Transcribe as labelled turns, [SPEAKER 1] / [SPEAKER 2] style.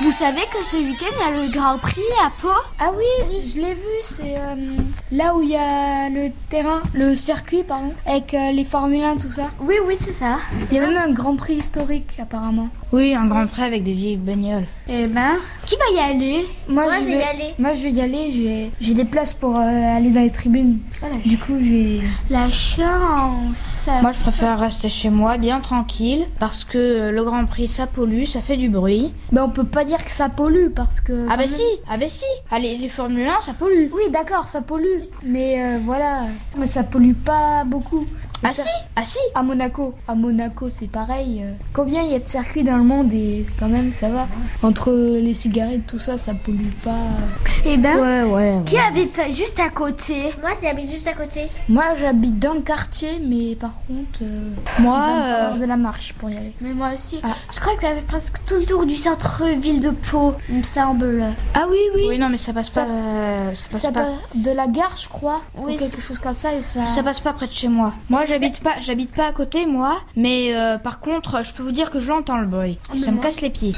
[SPEAKER 1] Vous savez que ce week-end, il y a le Grand Prix à Pau
[SPEAKER 2] Ah oui, c'est- je l'ai vu, c'est euh, là où il y a le terrain, le circuit, pardon, avec euh, les Formule 1, tout ça.
[SPEAKER 1] Oui, oui, c'est ça.
[SPEAKER 2] Il y a même un Grand Prix historique, apparemment.
[SPEAKER 3] Oui, un grand prix avec des vieilles bagnoles.
[SPEAKER 2] Eh ben,
[SPEAKER 1] Qui va y aller
[SPEAKER 2] moi,
[SPEAKER 4] Moi, je vais y
[SPEAKER 2] vais
[SPEAKER 4] aller.
[SPEAKER 2] Moi, je vais y aller, j'ai- j'ai des places pour euh, aller dans les tribunes. Du coup, j'ai...
[SPEAKER 1] La chance.
[SPEAKER 3] Moi, je préfère rester chez moi, bien tranquille, parce que euh, le grand prix, ça pollue, ça fait du bruit.
[SPEAKER 2] Ben, on peut pas dire que ça pollue, parce que...
[SPEAKER 3] Ah bah si, ah bah si. Allez, les Formule 1, ça pollue.
[SPEAKER 2] Oui, d'accord, ça pollue, mais euh, voilà. Mais ça pollue pas beaucoup. Le
[SPEAKER 3] Ah
[SPEAKER 2] cir-
[SPEAKER 3] si, ah si.
[SPEAKER 2] À Monaco, à Monaco, c'est pareil. euh, Combien il y a de circuits dans le monde et quand même ça va. Entre les cigarettes, tout ça, ça pollue pas.
[SPEAKER 1] Eh ben,
[SPEAKER 3] Ouais, ouais.
[SPEAKER 1] qui habite juste à côté
[SPEAKER 4] Moi, c'est habite juste à côté.
[SPEAKER 2] Moi, j'habite dans le quartier, mais par contre, euh, il va me
[SPEAKER 3] Moi,
[SPEAKER 2] falloir de la marche pour y aller.
[SPEAKER 1] Mais moi aussi.
[SPEAKER 4] Ah.
[SPEAKER 1] Je crois que t'avais presque tout le tour du centre-ville de Pau, il me semble.
[SPEAKER 2] Ah oui, oui.
[SPEAKER 3] oui, non, mais ça passe
[SPEAKER 2] Ça-
[SPEAKER 3] pas. euh, ça passe
[SPEAKER 2] Ça
[SPEAKER 3] pas.
[SPEAKER 2] va de la gare, je crois,
[SPEAKER 1] Oui,
[SPEAKER 2] ou quelque chose comme ça, et ça.
[SPEAKER 3] Ça passe pas près de chez moi. Moi, j'habite pas, j'habite pas à côté, Ah, moi. Mais euh, par contre, je peux vous dire que je l'entends le bruit. ça me casse les pieds.